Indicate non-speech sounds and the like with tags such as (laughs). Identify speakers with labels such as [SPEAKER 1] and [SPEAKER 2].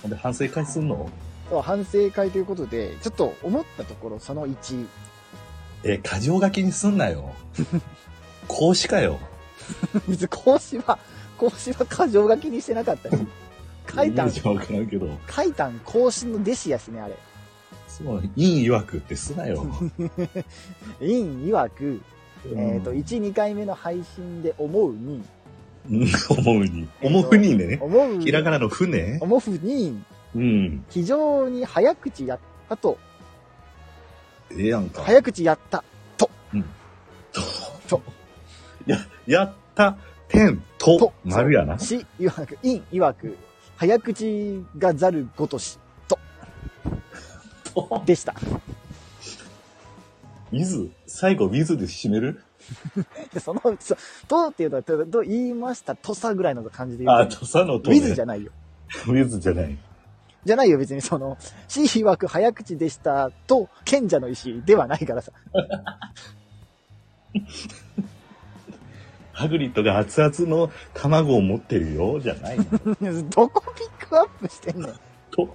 [SPEAKER 1] ほんで反省会すんの
[SPEAKER 2] そう反省会ということで、ちょっと思ったところ、その1、
[SPEAKER 1] え、過剰書きにすんなよ。講師かよ。
[SPEAKER 2] (laughs) 別に講師は、講師は過剰書きにしてなかったし、書いた
[SPEAKER 1] 意
[SPEAKER 2] ん
[SPEAKER 1] 味、じゃわからんけど。
[SPEAKER 2] 書いたん講師の弟子やしね、あれ。
[SPEAKER 1] そう、陰曰くってすなよ。
[SPEAKER 2] イン曰く、
[SPEAKER 1] うん
[SPEAKER 2] (laughs) えっ、と、1、2回目の配信で思うに、
[SPEAKER 1] うん思うに。思うにね。
[SPEAKER 2] 思う、
[SPEAKER 1] ひらがなのふね。
[SPEAKER 2] 思うに、
[SPEAKER 1] うん。
[SPEAKER 2] 非常に早口やったと、
[SPEAKER 1] ええやんか。
[SPEAKER 2] 早口やった。
[SPEAKER 1] と。や、やった、点、と
[SPEAKER 2] と、
[SPEAKER 1] 丸やな。
[SPEAKER 2] し、曰く、イン曰く、早口がざるごとし、
[SPEAKER 1] (laughs) と
[SPEAKER 2] でした。
[SPEAKER 1] ウィズ、最後、ウィズで締める
[SPEAKER 2] でその、そとっていうのは、とと言いました、とさぐらいの感じで言
[SPEAKER 1] あ、
[SPEAKER 2] うと。
[SPEAKER 1] とさのと、
[SPEAKER 2] ウ
[SPEAKER 1] ね。
[SPEAKER 2] ィズじゃないよ。
[SPEAKER 1] ウィズじゃない。
[SPEAKER 2] じゃないよ、別にその、C 曰く早口でしたと、賢者の石ではないからさ。 (laughs)
[SPEAKER 1] ハグリッドが熱々の
[SPEAKER 2] (laughs)
[SPEAKER 1] 卵を持ってるよ、じゃないの。
[SPEAKER 2] どこピックアップしてんの
[SPEAKER 1] と。